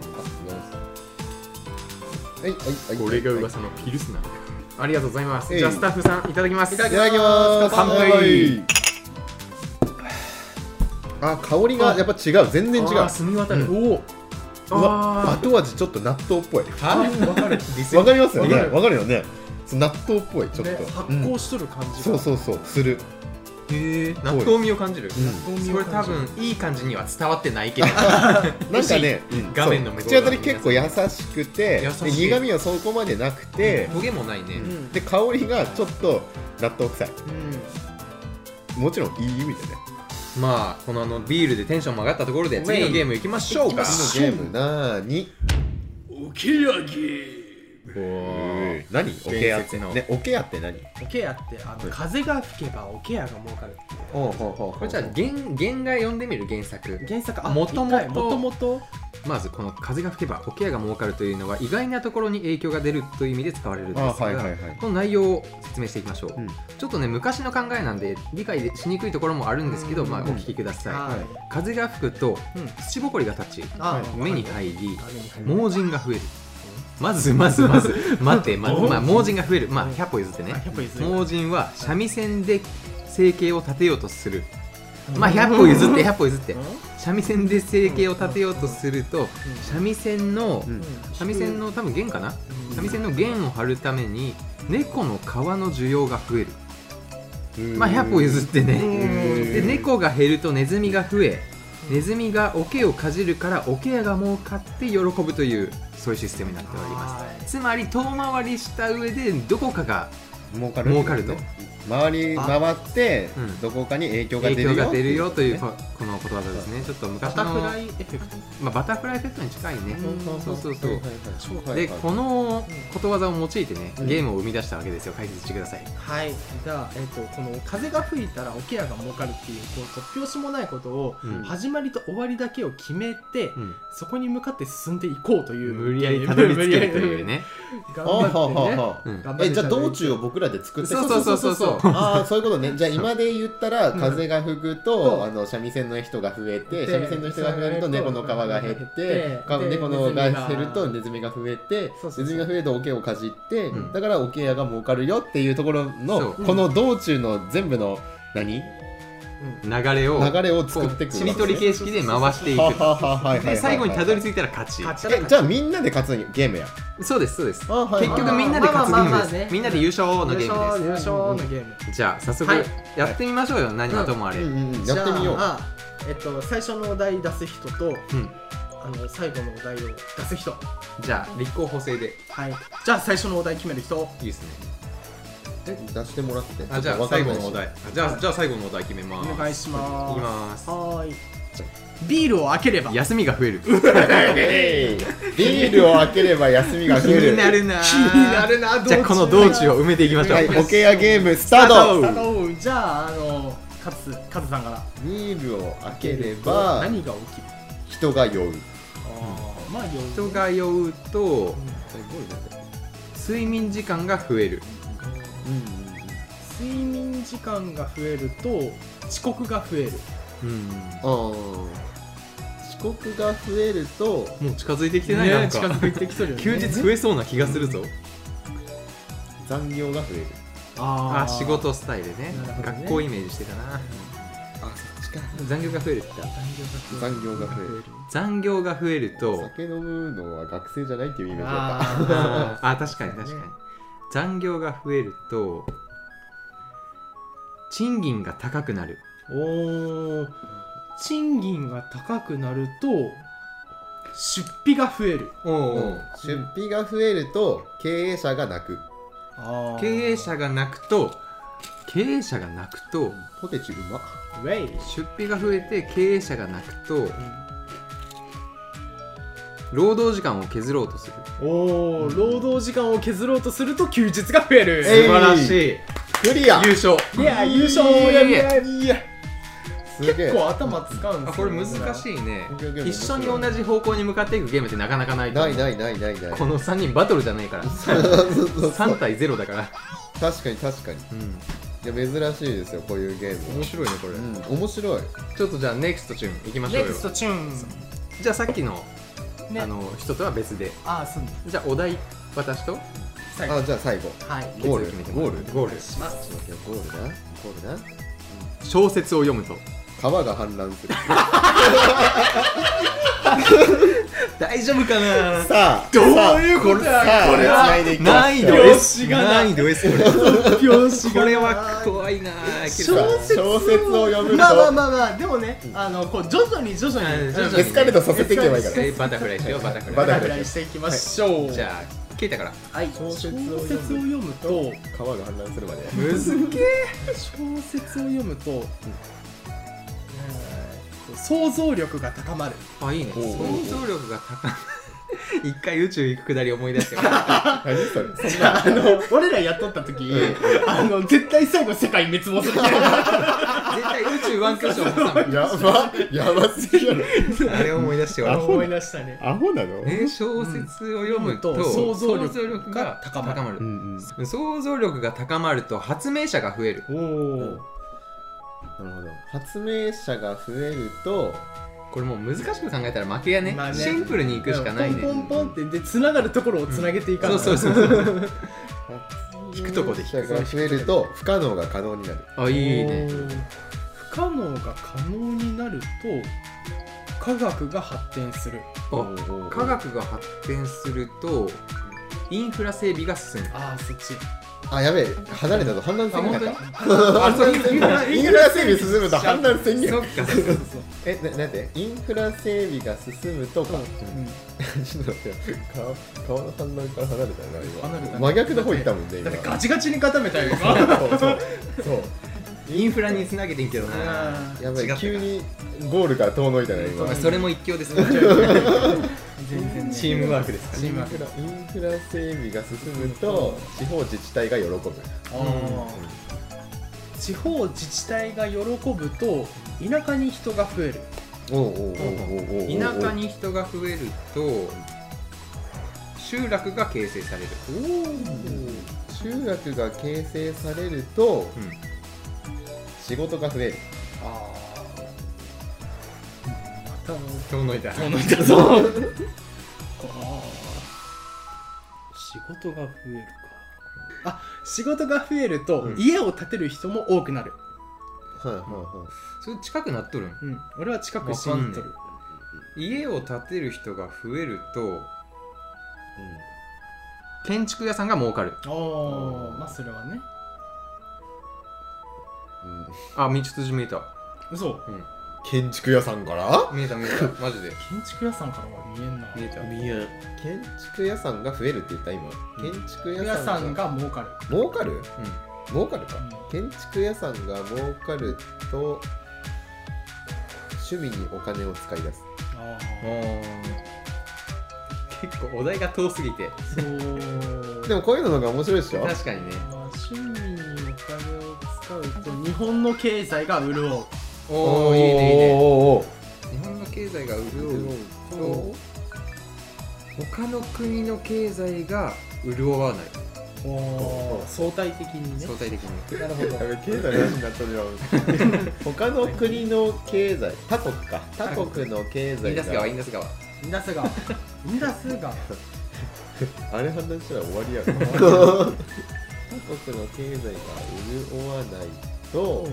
Speaker 3: あすはいはいはい
Speaker 1: これが噂のピルスナーありがとうございますじゃあスタッフさんいただきます
Speaker 3: いただきます
Speaker 1: 乾杯
Speaker 3: あ香りがやっぱ違う全然違う
Speaker 1: あー澄み渡る、
Speaker 3: う
Speaker 1: おお
Speaker 3: うわ後味ちょっと納豆っぽい
Speaker 1: あわかる
Speaker 3: わかりますよね
Speaker 1: わかる
Speaker 3: わかるよねそう納豆っぽいちょっと
Speaker 2: ね発
Speaker 3: うん
Speaker 2: 酵しとる感じが
Speaker 3: そうそうそうする
Speaker 1: へえ納豆味を感じる、
Speaker 3: う
Speaker 2: 豆味を
Speaker 1: これ多
Speaker 2: 感じる
Speaker 1: 分いい感じには伝わってないけど
Speaker 3: なんかね、うん
Speaker 1: 画面の向こ
Speaker 3: そう
Speaker 1: う
Speaker 3: 口当たり結構優しくて
Speaker 1: 優しい
Speaker 3: で苦味はそこまでなくて、
Speaker 1: 焦げもないね、
Speaker 2: うん
Speaker 3: で香りがちょっと納豆臭い
Speaker 2: うん
Speaker 3: もちろんいい意味でね
Speaker 1: まあこのあのビールでテンションも上がったところで次のゲームいきましょうか
Speaker 3: 次のゲームなーに
Speaker 2: おけやげ
Speaker 1: おー
Speaker 3: 何おけやっ
Speaker 1: 伝説
Speaker 3: て
Speaker 1: の
Speaker 3: ねおけやって何
Speaker 2: おけやってあの風が吹けばおけやが儲かるっていう
Speaker 3: ほうほうほう
Speaker 1: これじゃあ原原画読んでみる原作
Speaker 2: 原作あ
Speaker 1: 元々
Speaker 2: 一回元々
Speaker 1: まずこの風が吹けば桶屋が儲かるというのは意外なところに影響が出るという意味で使われるんですが、
Speaker 3: あはいはいはい
Speaker 1: この内容を説明していきましょう、
Speaker 3: うん
Speaker 1: ちょっとね昔の考えなんで理解しにくいところもあるんですけど、
Speaker 2: うん
Speaker 1: まあお聞きください、
Speaker 2: はい
Speaker 1: 風が吹くと
Speaker 2: うん
Speaker 1: 土ぼこりが立ち
Speaker 2: あ
Speaker 1: 目に入り
Speaker 2: あ目に入る
Speaker 1: 盲人が増えるまずまずまず待ってまず、まあ、盲人が増えるまあ100歩譲ってね
Speaker 2: あ100歩譲る
Speaker 1: 盲人は三味線で生計を立てようとするまあ100歩譲って100歩譲って
Speaker 2: うん
Speaker 1: 三味線で生計を立てようとすると三味線の
Speaker 3: うん
Speaker 1: 三味線の多分弦かな
Speaker 2: うん
Speaker 1: 三味線の弦を張るために猫の皮の需要が増えるまあ100歩譲ってね
Speaker 3: うん
Speaker 1: で猫が減るとネズミが増えネズミが桶をかじるから桶屋が儲かって喜ぶというそういうシステムになっておりますつまり遠回りした上でどこかが
Speaker 3: 儲かる
Speaker 1: 儲かると
Speaker 3: 回り回って
Speaker 1: うん
Speaker 3: どこかに影響が出
Speaker 1: 影
Speaker 3: るよ
Speaker 1: 響が出るよという
Speaker 3: ね
Speaker 1: ここの言葉ですねちょっと
Speaker 2: バ
Speaker 1: 昔
Speaker 2: タ
Speaker 1: の
Speaker 2: フライエフェクト
Speaker 1: まあ、バタフライエフェクトに近いね
Speaker 3: うん
Speaker 1: そうそうそう
Speaker 3: はいはいはい超はいはい
Speaker 1: でこのことわざを用いてね
Speaker 3: うん
Speaker 1: ゲームを生み出したわけですよ解説してください
Speaker 2: はいじゃあ、えっとこの風が吹いたら桶屋が儲かるっていうこう突拍子もないことを
Speaker 1: うん
Speaker 2: 始まりと終わりだけを決めて、
Speaker 1: うん
Speaker 2: そこに向かって進んでいこうという
Speaker 1: 無理やりたどり着けるというね
Speaker 2: 頑
Speaker 3: あーはあ
Speaker 2: 張 ってね
Speaker 3: はあ
Speaker 1: う
Speaker 3: は
Speaker 1: ん
Speaker 2: 頑張
Speaker 3: あ
Speaker 2: って
Speaker 3: えじゃあ道中を僕らで作って
Speaker 1: そうそうそうそうそう
Speaker 3: ああそういうことねじゃあ今で言ったら
Speaker 2: うん
Speaker 3: 風が吹く
Speaker 2: うん
Speaker 3: とあの三味線の人が増えて
Speaker 2: で
Speaker 3: 三味線の人が増えると猫の皮が減って
Speaker 2: で
Speaker 3: か
Speaker 2: で
Speaker 3: 猫のが減ると
Speaker 2: ネ
Speaker 3: ネズミが増えて
Speaker 2: そうそうそう
Speaker 3: ネズミが増えると桶をかじって
Speaker 1: うん
Speaker 3: だから桶屋が儲かるよっていうところの
Speaker 1: そう
Speaker 3: この道中の全部の何
Speaker 1: 流れを
Speaker 3: 流れを作っていく
Speaker 1: しみ取り形式で回してい
Speaker 3: は
Speaker 1: く
Speaker 3: ははははいはいはいはい
Speaker 1: で最後にたどり着いたら勝ち
Speaker 2: 勝ち
Speaker 3: えじゃあみんなで勝つゲームや
Speaker 1: そうですそうです
Speaker 3: あはい
Speaker 1: 結局みんなで勝つゲ
Speaker 2: まあまあまあまあ
Speaker 1: ームで
Speaker 2: ね
Speaker 1: すみんなで優勝のゲ
Speaker 2: 優
Speaker 1: ー
Speaker 2: 勝
Speaker 1: ム
Speaker 2: 優
Speaker 1: で
Speaker 2: 勝のゲーム
Speaker 1: すじゃあ早速
Speaker 2: はい
Speaker 1: やってみましょうよ何はともあれ
Speaker 3: う
Speaker 1: うん
Speaker 3: んうんやってみよ
Speaker 2: じゃあえっと最初のお題出す人とあの最後のお題を出す人
Speaker 1: じゃあ立候補制で
Speaker 2: はいじゃあ最初のお題決める人
Speaker 1: いいですね
Speaker 3: う出してもらって
Speaker 1: あじゃあ最後のお題あじゃあじゃあ最後のお題決めま
Speaker 2: お
Speaker 1: す
Speaker 2: 願いしま
Speaker 1: い
Speaker 2: す
Speaker 1: きます
Speaker 2: はーいビールを開ければ
Speaker 1: 休みが増える
Speaker 3: えいビールを開ければ休みが
Speaker 1: 気
Speaker 3: 増える
Speaker 1: になるな
Speaker 2: 気になる な
Speaker 1: じゃあこの道中を埋めていきましょう、
Speaker 3: はい、オケアゲームスター
Speaker 1: ス
Speaker 3: ト
Speaker 1: ター
Speaker 2: おうじゃああのカツカツさんから
Speaker 3: ビールを開ければ
Speaker 2: 何が起きる
Speaker 3: 人が酔う
Speaker 2: あーまあ酔
Speaker 1: 人
Speaker 2: う
Speaker 1: が酔うと睡眠時間が増える
Speaker 2: 睡眠時間が増えると遅刻が増える
Speaker 1: うん
Speaker 3: うん遅刻が増えると
Speaker 1: もう近づいてきてないなん
Speaker 2: 近
Speaker 1: か
Speaker 2: づいてきてるよね
Speaker 1: 休日増えそうな気がするぞ
Speaker 3: 残業が増える
Speaker 2: あ
Speaker 1: あ仕事スタイルね
Speaker 2: なるほどね
Speaker 1: 学校イメージしてたな
Speaker 3: あそっちか
Speaker 1: 残業が増えるって言った
Speaker 3: 残業が増える
Speaker 1: 残業が増えると
Speaker 3: 酒飲むのは学生じゃないっていうイメージだった
Speaker 2: あ
Speaker 1: あー確かに確かに残業が増えると賃金が高くなる
Speaker 2: ーおー賃金が高くなると出費が増える
Speaker 1: お
Speaker 3: 出費が増えると経営者が泣く
Speaker 1: 経営者が泣くと経営者が泣くと
Speaker 3: ポテチうま
Speaker 2: ウェイ
Speaker 1: 出費が増えて経営者が泣くと労働時間を削ろうとする
Speaker 2: おお労働時間を削ろうとすると休日が増える
Speaker 3: えい
Speaker 1: い
Speaker 3: クリア
Speaker 1: 優勝
Speaker 2: いや優勝もやりたい
Speaker 3: いやすげえ
Speaker 2: 結構頭使うん
Speaker 1: あ
Speaker 2: です
Speaker 1: これ難し
Speaker 2: い
Speaker 1: いね
Speaker 3: 勉強ゲーム
Speaker 1: 一緒に同じ方向に向かっていくゲームってなかなかないと
Speaker 3: な
Speaker 1: 思う
Speaker 3: いないないないない
Speaker 1: この3人バトルじゃないから
Speaker 3: そうそうそう
Speaker 1: 3対0だから、
Speaker 3: 確かに確かに
Speaker 1: うん、
Speaker 3: いや珍しいですよこういうゲーム
Speaker 1: 面
Speaker 3: は
Speaker 1: 白いねこれ、
Speaker 3: うん面白い
Speaker 1: ちょっとじゃあネクストチューンいきましょ
Speaker 2: ネ
Speaker 1: う
Speaker 2: ク
Speaker 1: よ
Speaker 2: ストチュー
Speaker 1: じゃあさっきの,、
Speaker 2: ンね
Speaker 1: あの人とは別で
Speaker 2: ああそうね
Speaker 1: じゃあお題私と
Speaker 2: 最後
Speaker 3: あじゃあ最後
Speaker 2: はい
Speaker 3: ゴール
Speaker 1: 決めても
Speaker 3: ゴ
Speaker 1: ら
Speaker 3: ー
Speaker 1: う
Speaker 3: ル
Speaker 1: ゴール
Speaker 2: します
Speaker 3: ちょっと待ってよゴールなゴールな
Speaker 1: 小説を読むと
Speaker 3: 川が氾濫する
Speaker 1: 大丈夫かな
Speaker 3: さあ
Speaker 1: どういうこと
Speaker 3: さ
Speaker 1: や
Speaker 3: あさあ
Speaker 1: これは
Speaker 3: 繋いでいきます
Speaker 1: 難易度
Speaker 2: よ
Speaker 1: S
Speaker 2: しがな
Speaker 1: 難易度 S これ
Speaker 2: 表 紙
Speaker 1: これは怖いなぁけ
Speaker 3: さ
Speaker 1: ど
Speaker 3: あ小説を読むと、
Speaker 2: まあまあまあまあでもねあのこう徐々に徐々
Speaker 1: う
Speaker 2: に
Speaker 1: ん徐々に
Speaker 3: エスカレートさせていけばいいか
Speaker 1: えバタフライしようバタフラ
Speaker 2: バ
Speaker 1: イ
Speaker 2: タフライしていきましょう
Speaker 1: じゃあケイタから
Speaker 2: はい小説を読むと
Speaker 3: ら川が氾濫するまで
Speaker 1: むずけ
Speaker 2: 小説を読むとえー想像力が高まる
Speaker 1: あいいね
Speaker 3: おう
Speaker 1: 想像力が高い 一回宇宙行くくだり思い出してよ
Speaker 3: 何それ
Speaker 2: じ ゃああの俺らやっとった時あの絶対最後世界滅亡する
Speaker 1: 絶対宇宙ワンクッション挟む
Speaker 3: やばやばすぎやろ
Speaker 1: あれ思い出して
Speaker 3: ア
Speaker 1: 笑
Speaker 3: ホ
Speaker 2: 思い出したね
Speaker 3: アホなの
Speaker 1: うね小説を読むと
Speaker 2: うん想像力
Speaker 1: 想が高ま
Speaker 2: が高
Speaker 1: る
Speaker 3: う、んうんな
Speaker 1: 想像力が高まると発明者が増える
Speaker 2: おお
Speaker 3: るほど発明者が増えると
Speaker 1: これもう難しく考えたら負けやね,、
Speaker 2: まあね
Speaker 1: シンプルに行くしかないね
Speaker 2: ポンポンポンってで繋がるところを繋げていかな
Speaker 1: そ
Speaker 2: いう
Speaker 1: そうそうそう
Speaker 3: 発
Speaker 1: 引くとこで引
Speaker 3: 明者
Speaker 1: く
Speaker 3: が増えると不可能が可能になる
Speaker 1: あいいね
Speaker 2: おー不可能が可能になると科学が発展する
Speaker 1: あ
Speaker 3: お
Speaker 1: 科学が発展するとインフラ整備が進む
Speaker 2: ああそっち
Speaker 3: あやべえ離れたぞ氾濫
Speaker 1: あ
Speaker 3: 宣
Speaker 1: 本
Speaker 3: 言
Speaker 1: 当に
Speaker 3: だ
Speaker 1: あそうインフラ
Speaker 3: インフラ整備進むと氾濫宣
Speaker 1: そ
Speaker 3: 言
Speaker 1: っかそっか
Speaker 2: そう
Speaker 3: えななんてインフラ整備が進むとか、ちょっと待ってよ川川の産卵から離れたよな今
Speaker 4: 離れた
Speaker 3: 真逆の方行ったもんね
Speaker 4: だ
Speaker 3: 今
Speaker 4: ってガチガチに固めたよ 今
Speaker 3: そうそうそう
Speaker 1: インフラにつなげてんけどな
Speaker 4: う
Speaker 3: やば
Speaker 1: 違ったか
Speaker 3: い急にゴールから遠のいたね今
Speaker 1: まあ
Speaker 3: イ
Speaker 1: それも一興ですね
Speaker 4: 全然ね
Speaker 1: チームワークですから
Speaker 4: チー
Speaker 3: ン
Speaker 4: ムワー
Speaker 3: フラインフラ整備が進むと地方自治体が喜ぶ
Speaker 4: あ
Speaker 2: 地方自治体が喜ぶと田舎に人が増える
Speaker 3: おうおうおうおうおうおう
Speaker 1: 田舎に人が増えると集落が形成される、
Speaker 3: 集落が形成されると仕事が増える
Speaker 2: ああ
Speaker 1: 遠のいた
Speaker 4: ーそうそう
Speaker 2: 仕事が増えるかあ仕事が増えると、
Speaker 1: うん
Speaker 2: 家を建てる人も多くなる、
Speaker 3: はいはいは
Speaker 1: それ近くなっとるん
Speaker 2: うん、俺は近く死にとる
Speaker 1: 家を建てる人が増えると建築屋さんが儲かる
Speaker 2: ああまあそれはね
Speaker 3: い、うん、
Speaker 1: あ道筋見えた
Speaker 2: 嘘
Speaker 3: 建築屋さんから
Speaker 1: 見えた見え たマジで
Speaker 2: 建築屋さんからは見えんな
Speaker 1: 見えた
Speaker 3: 建築屋さんが増えるって言った今建築
Speaker 2: 建築
Speaker 3: 屋
Speaker 2: 屋
Speaker 3: さん
Speaker 2: さ
Speaker 3: が
Speaker 2: んが儲かる、
Speaker 3: 儲かる
Speaker 1: うん
Speaker 3: 儲かるか
Speaker 2: うん
Speaker 3: 建築屋さんが儲かると趣味にお金を使い出す
Speaker 2: あ
Speaker 1: 結構お題が遠すぎて
Speaker 2: あそう
Speaker 3: でもこういうののが面白いでしょ
Speaker 1: 確かにね
Speaker 2: まあ、趣味にお金を使うと日本の経済が潤う
Speaker 1: おおいいねいいね
Speaker 3: おーおー
Speaker 1: 日本の経済が
Speaker 3: お
Speaker 1: 潤う
Speaker 3: ーおー
Speaker 1: 他の国の経済が潤わない
Speaker 2: お相対的にね
Speaker 1: 相対的に
Speaker 2: なるほど
Speaker 3: やべ経済の話になったじゃん他の国の経済他国か他国の経
Speaker 1: イン
Speaker 3: 済
Speaker 1: ダス川イン
Speaker 3: が
Speaker 1: ダス川
Speaker 2: インダス川インダス川
Speaker 3: あれ判断したら終わりやろ他国の経済が潤わないと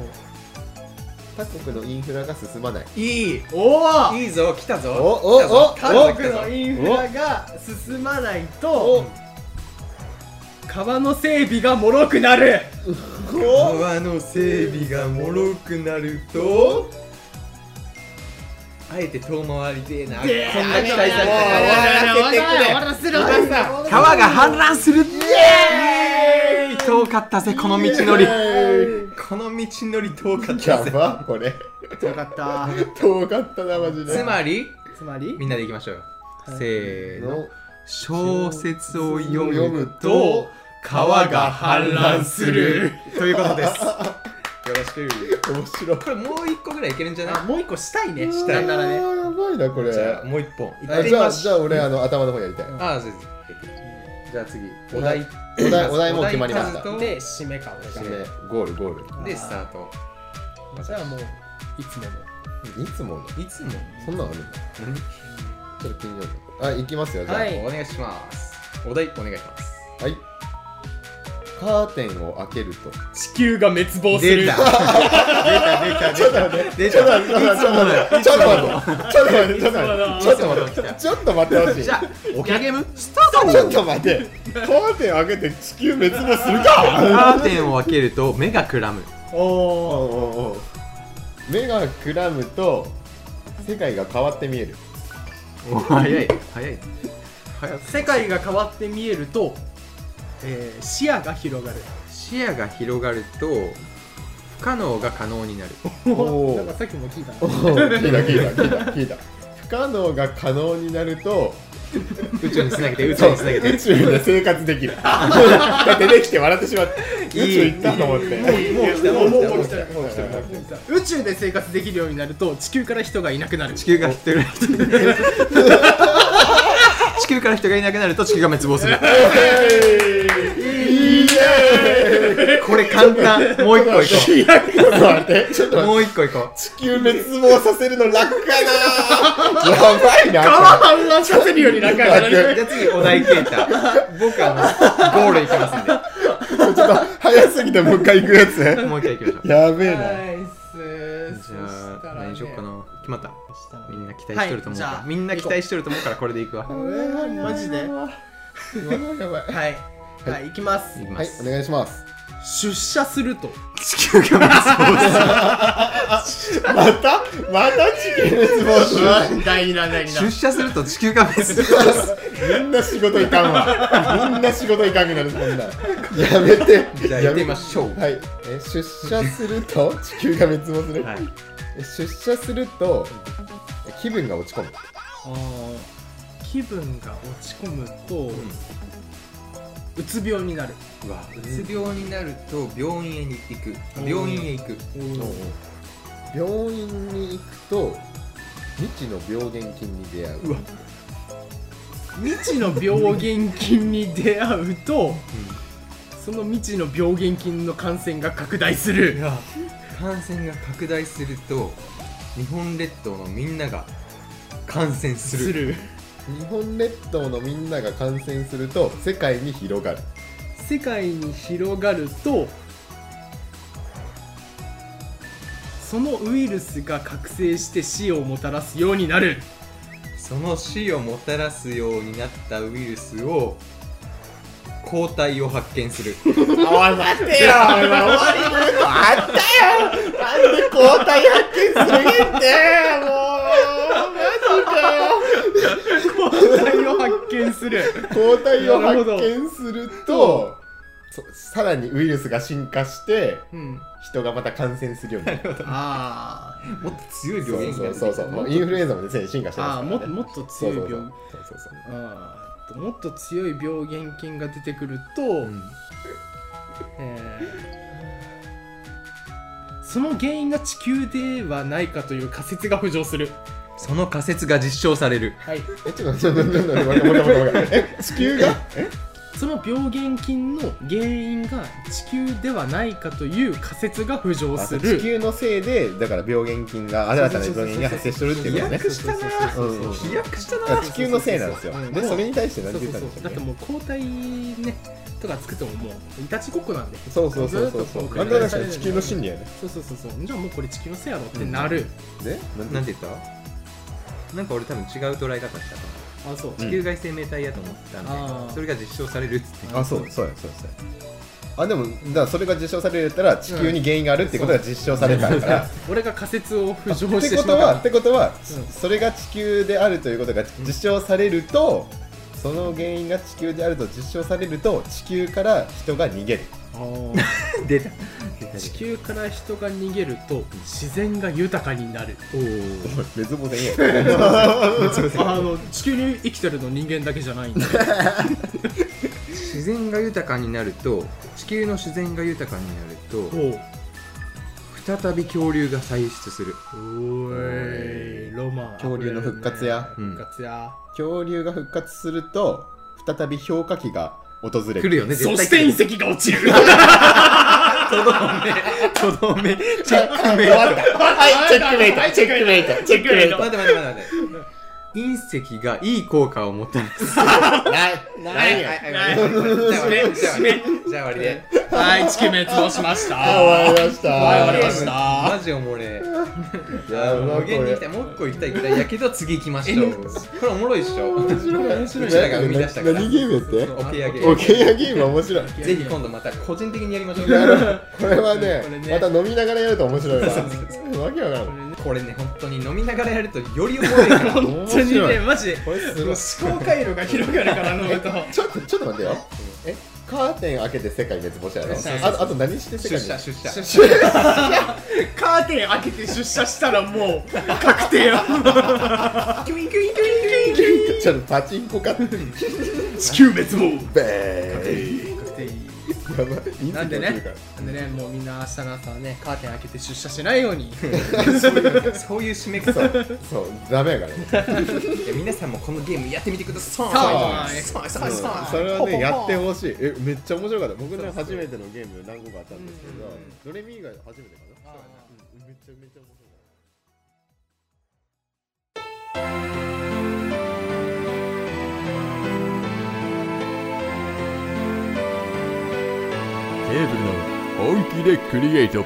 Speaker 3: 他国のインフラが進まない
Speaker 1: いい
Speaker 2: お
Speaker 1: いいぞ来た
Speaker 3: お
Speaker 1: ぞ
Speaker 3: おおお
Speaker 2: 家族のインフラが進まないと川の整備がもろくなる
Speaker 1: 川の整備が脆くなるとあえて遠回りでえなこんな期待されたら
Speaker 2: らせてくれ終わらせろ
Speaker 1: 川が氾濫するイエーイ遠かったぜこの道のり
Speaker 3: イエー
Speaker 1: この道のり遠かっ
Speaker 3: や
Speaker 1: たぜ
Speaker 3: ばこれ
Speaker 2: よかった
Speaker 3: 遠かったなマジで
Speaker 1: つまり
Speaker 2: つまり
Speaker 1: みんなで行きましょうよ
Speaker 2: はい
Speaker 1: せーの
Speaker 3: の
Speaker 1: 小説を読
Speaker 3: 読
Speaker 1: む
Speaker 3: む
Speaker 1: と
Speaker 3: と
Speaker 1: 川が氾濫するということですよろしく
Speaker 3: 面白い
Speaker 1: これもう一個ぐらいいけるんじゃない
Speaker 2: あもう一個したいね
Speaker 1: したい
Speaker 2: だからね
Speaker 3: あーやばいなこれ
Speaker 1: じゃあもう一本
Speaker 3: あ
Speaker 1: い
Speaker 3: じゃあ
Speaker 1: し
Speaker 3: じゃあ俺あの頭の方やりたい
Speaker 1: ああそうですじゃあ次お題
Speaker 3: お題お題もう決まりました
Speaker 1: お題
Speaker 2: で
Speaker 1: 数
Speaker 2: 締めか俺が
Speaker 1: 締
Speaker 3: ねゴールゴール
Speaker 1: とでスタート
Speaker 2: じゃあもういつもの
Speaker 3: いつもの
Speaker 1: いつも
Speaker 3: そんなのあるのちょっと気になるあ行きますよじゃあ
Speaker 2: は
Speaker 3: はいい、
Speaker 1: お願いしますお題お願いします
Speaker 3: カーテンを開けると
Speaker 2: 地球が滅亡す
Speaker 1: 出
Speaker 2: る
Speaker 1: た出た出た出た出
Speaker 3: ちょっと
Speaker 1: た
Speaker 3: 待ってちょっと待ってちょっと待ってちょっと待ってちょっと待ってちょっと待ってほしい
Speaker 1: じゃあおきゃゲームスタ
Speaker 3: ちょっと待ってカーテン開けて地球滅亡するか
Speaker 1: カーテンを開けると目がくらむ
Speaker 3: おう
Speaker 2: おお
Speaker 3: おうおう目がくらむと世界が変わって見える
Speaker 1: 早い早い早
Speaker 2: 世界が変わって見えると、えー視野が広がる
Speaker 1: 視野が広がると不可能が可能になる
Speaker 3: おー
Speaker 2: なんかさっきも聞いた
Speaker 3: お
Speaker 2: な
Speaker 3: 聞いた聞いた聞いた聞いた不可能が可能になると
Speaker 1: 宇宙につなげて宇宙
Speaker 3: そう
Speaker 1: につなげて
Speaker 3: 宇宙で生活できるだってできて笑ってしまって宇
Speaker 1: いい
Speaker 3: 宙行ったと思って
Speaker 1: もう来たもう来たもう来
Speaker 3: もう来たもう来
Speaker 2: 宇宙で生活できるようになると地球から人がいなくなる
Speaker 1: 地球が人が地球から人がいなくなると地球が滅亡する
Speaker 3: たイエーイ
Speaker 1: これ簡単もう一個いこ
Speaker 3: いやちょっと待ってちょっ
Speaker 1: う
Speaker 3: と待って
Speaker 1: もう一個いこ
Speaker 3: 地球滅亡させるの楽かなやばいな川
Speaker 2: 氾濫させるように楽にな
Speaker 1: うじゃあ次お題啓太僕あのゴールいきますん
Speaker 3: ちょっと早すぎてもう一回行くやつ
Speaker 1: でもう一回いきましょう
Speaker 3: やべえな
Speaker 2: ナイス
Speaker 1: じゃあ何しよっかな決まったみんな期待しとると思うから、
Speaker 2: はいじゃあ
Speaker 1: みんな期待しとると思うからこれでいくわ
Speaker 2: マジで
Speaker 3: やばいやばい
Speaker 2: はいはい行きます
Speaker 1: いきま
Speaker 3: はい
Speaker 1: す、
Speaker 3: お願いします
Speaker 2: 出社すると
Speaker 1: 地球が滅亡
Speaker 3: またまた地球滅亡しない
Speaker 4: 第二弾第二
Speaker 1: する出
Speaker 4: 弾
Speaker 1: 社すると地球が滅亡
Speaker 3: みんな仕事いかんわみんな仕事いかんくなるそんなんやめて
Speaker 1: じゃあ
Speaker 3: や
Speaker 1: や
Speaker 3: め
Speaker 1: めましょう
Speaker 3: はいえ出社すると地球が滅亡する、
Speaker 1: はい
Speaker 3: え出社するとえ気分が落ち込む
Speaker 2: あー気分が落ち込むと、うつ病になる
Speaker 1: うわうつ病になると病院へに行く
Speaker 2: うん
Speaker 1: 病院へ行く
Speaker 3: 病院に行くと未知の病原菌に出会う
Speaker 2: うわ未知の病原菌に出会うと、その未知の病原菌の感染が拡大する
Speaker 1: 感染が拡大すると日本列島のみんなが感染する
Speaker 3: 日本列島のみんなが感染すると世界に広がる
Speaker 2: 世界に広がるとそのウイルスが覚醒して死をもたらすようになる
Speaker 1: その死をもたらすようになったウイルスを抗体を発見する
Speaker 3: おい待てよおい終わりのあったよなんで交代発見するんだよもうマジかよ
Speaker 2: 抗体を発見する
Speaker 3: 抗体を
Speaker 2: なるほど
Speaker 3: 発見するとそさらにウイルスが進化して
Speaker 2: うん
Speaker 3: 人がまた感染するようになる
Speaker 2: あー
Speaker 1: もっと強い
Speaker 3: そ
Speaker 1: 病
Speaker 3: う
Speaker 1: 院
Speaker 3: そう
Speaker 1: が
Speaker 3: そうそうもうインフルエンザもですね進化してます
Speaker 2: あー
Speaker 3: から、ね、
Speaker 2: もっともっと
Speaker 3: そ
Speaker 2: 強
Speaker 3: う
Speaker 2: い
Speaker 3: そ
Speaker 2: 病
Speaker 3: うそうそうそうそう
Speaker 2: あーもっと強い病原菌が出てくると、えーその原因が地球ではないかという仮説が浮上する
Speaker 1: その仮説が実証される
Speaker 2: はい
Speaker 3: えちょっとちょっとちょっと待って待って待ってえ地球が
Speaker 2: その病原菌の原因が地球ではないかという仮説が浮上
Speaker 3: あ
Speaker 2: す
Speaker 3: そう
Speaker 2: る
Speaker 3: 地球のせいでだから病原菌が新たな病原菌が発生してるっていうことね
Speaker 1: 飛躍したな
Speaker 3: う
Speaker 1: ぁ
Speaker 3: んうんうん
Speaker 1: 飛躍した
Speaker 3: だから
Speaker 1: な
Speaker 3: 地球のせいなんですよ
Speaker 2: うん
Speaker 3: でそれに対して何
Speaker 2: そ
Speaker 3: て
Speaker 2: う
Speaker 3: 言
Speaker 2: そ
Speaker 3: っ
Speaker 2: う
Speaker 3: たん
Speaker 2: そ
Speaker 3: で
Speaker 2: う
Speaker 3: した
Speaker 2: だ
Speaker 3: っ
Speaker 2: っ
Speaker 3: け
Speaker 2: てもう抗体ねとか作ってももういたちごっこなんで
Speaker 3: そうそうそうそうそう
Speaker 2: ず
Speaker 3: な
Speaker 2: ーっと
Speaker 3: んとな
Speaker 2: 公開
Speaker 3: く
Speaker 2: される
Speaker 3: 地球の真理やね
Speaker 2: そうそうそうそうじゃあもうこれ地球のせいやろってなる、
Speaker 3: ねなん
Speaker 1: なん
Speaker 3: で
Speaker 1: て言ったなんか俺多分違う捉え方したと思
Speaker 2: あそう
Speaker 1: う地球外生命体やと思ったんで、
Speaker 2: あー
Speaker 1: それが実証されるっつって
Speaker 3: あそうそうやそうやそうやあでもだからそれが実証されたら地球に原因があるってことが実証された から、
Speaker 2: 俺が仮説を浮上
Speaker 3: っ
Speaker 2: して
Speaker 3: て
Speaker 2: しま
Speaker 3: こ
Speaker 2: っ
Speaker 3: と
Speaker 2: た
Speaker 3: はってことは、
Speaker 2: うん
Speaker 3: それが地球であるということが実証されると、その原因が地球であると実証されると地球から人が逃げる
Speaker 2: あー
Speaker 1: 出た出た
Speaker 2: 地球から人が逃げると自然が豊かになる
Speaker 1: おー
Speaker 3: 滅亡せん
Speaker 2: あの地球に生きてるの人間だけじゃないんで
Speaker 1: 自然が豊かになると地球の自然が豊かになると
Speaker 2: ほ
Speaker 1: 再び恐竜が再出する
Speaker 2: うおいロマン
Speaker 3: 恐竜の復活や
Speaker 2: あふれるね復活や、
Speaker 3: 恐竜が復活すると再び氷河期が訪れる
Speaker 1: 来るよね
Speaker 2: そ
Speaker 1: 絶対
Speaker 2: し
Speaker 1: 来る
Speaker 2: て隕石が落ちる
Speaker 1: とどめチェックメイト
Speaker 3: はいチェックメイトチェックメイトチェックメイ
Speaker 1: 待って待って待って待って隕石がいい効果をもたらす
Speaker 3: トないないよ
Speaker 1: はいはいじゃあ終わりじゃあ終わりで
Speaker 2: はい地球滅亡しました
Speaker 3: あ終わりました
Speaker 2: はい終わりました
Speaker 1: マジおもれ
Speaker 3: やば
Speaker 1: 無
Speaker 3: こ
Speaker 1: 限に行きたい
Speaker 3: れ
Speaker 1: もう一個行きたい行き たいやけど次行きましょうこれおもろいっしょ面
Speaker 2: 白い面白
Speaker 1: うちらが生み出したから
Speaker 3: 何ゲームやって
Speaker 1: オケやゲー
Speaker 3: オ
Speaker 1: ム
Speaker 3: ケヤゲーム面白い
Speaker 1: ぜひ今度また個人的にやりましょう
Speaker 3: これはね
Speaker 2: これね
Speaker 3: また飲みながらやると面白いわわけわからん
Speaker 1: これね本当に飲みながらやるとよりおもろい から
Speaker 3: 本
Speaker 2: 本当にねマジで
Speaker 3: これすごい
Speaker 2: 思考回路が広がるから飲むと
Speaker 3: ちょっとちょっと待ってよえカーテン開けて世界滅亡したやろ
Speaker 1: そうそう
Speaker 3: あとあと何して
Speaker 1: 出
Speaker 3: 世界
Speaker 1: 社
Speaker 3: 滅
Speaker 1: 出社
Speaker 2: カーテン開けて出社したらもう確定よ
Speaker 1: キュインキュインキュインキュイン
Speaker 3: 亡 ちょっとパチンコ買って
Speaker 2: 地球滅 亡
Speaker 3: べ
Speaker 2: 確定
Speaker 3: ーやばい
Speaker 2: なんで
Speaker 3: いつ起き
Speaker 2: ね
Speaker 3: るから、
Speaker 2: なんでね、もうみんな明日の朝はね、カーテン開けて出社しないように。
Speaker 1: そういう締めくさ
Speaker 3: そうそうダメやからね
Speaker 1: いや皆さんもこのゲームやってみてください
Speaker 2: はい
Speaker 1: そうそう
Speaker 3: うん
Speaker 1: そう
Speaker 3: それはねやってほしいえめっちゃ面白かった僕ね初めてのゲーム何個かあったんですけどドレミ以外で初めてかなうんめちゃめちゃ面白かった
Speaker 5: テーブルの本気でクリエイト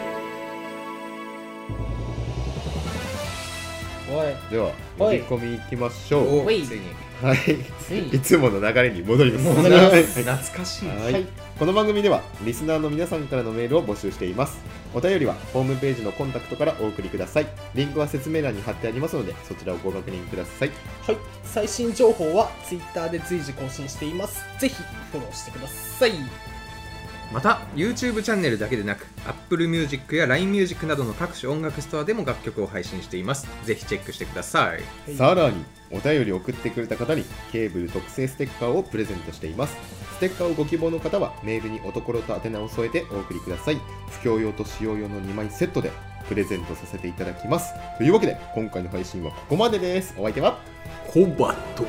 Speaker 3: では
Speaker 2: は
Speaker 3: 呼
Speaker 2: い
Speaker 3: び込みいきましょう
Speaker 1: おいついに
Speaker 3: はいいつもの流れに戻ります
Speaker 1: 戻ります懐かしい
Speaker 3: はいこの番組ではリスナーの皆さんからのメールを募集していますお便りはホームページのコンタクトからお送りくださいリンクは説明欄に貼ってありますのでそちらをご確認ください
Speaker 2: はい、最新情報は Twitter で随時更新しています。ぜひフォローしてください。
Speaker 1: また YouTube チャンネルだけでなく Apple Music や LINEMUSIC などの各種音楽ストアでも楽曲を配信していますぜひチェックしてください
Speaker 2: はい
Speaker 3: さらにお便りを送ってくれた方にケーブル特製ステッカーをプレゼントしていますステッカーをご希望の方はメールにおところと宛名を添えてお送りください不況用と使用用の2枚セットでプレゼントさせていただきますというわけで今回の配信はここまでですお相手は
Speaker 1: コバト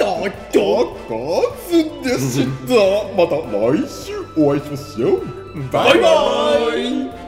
Speaker 3: あったかずでしたまた来週お会いしましょう
Speaker 1: バイバイ
Speaker 3: イ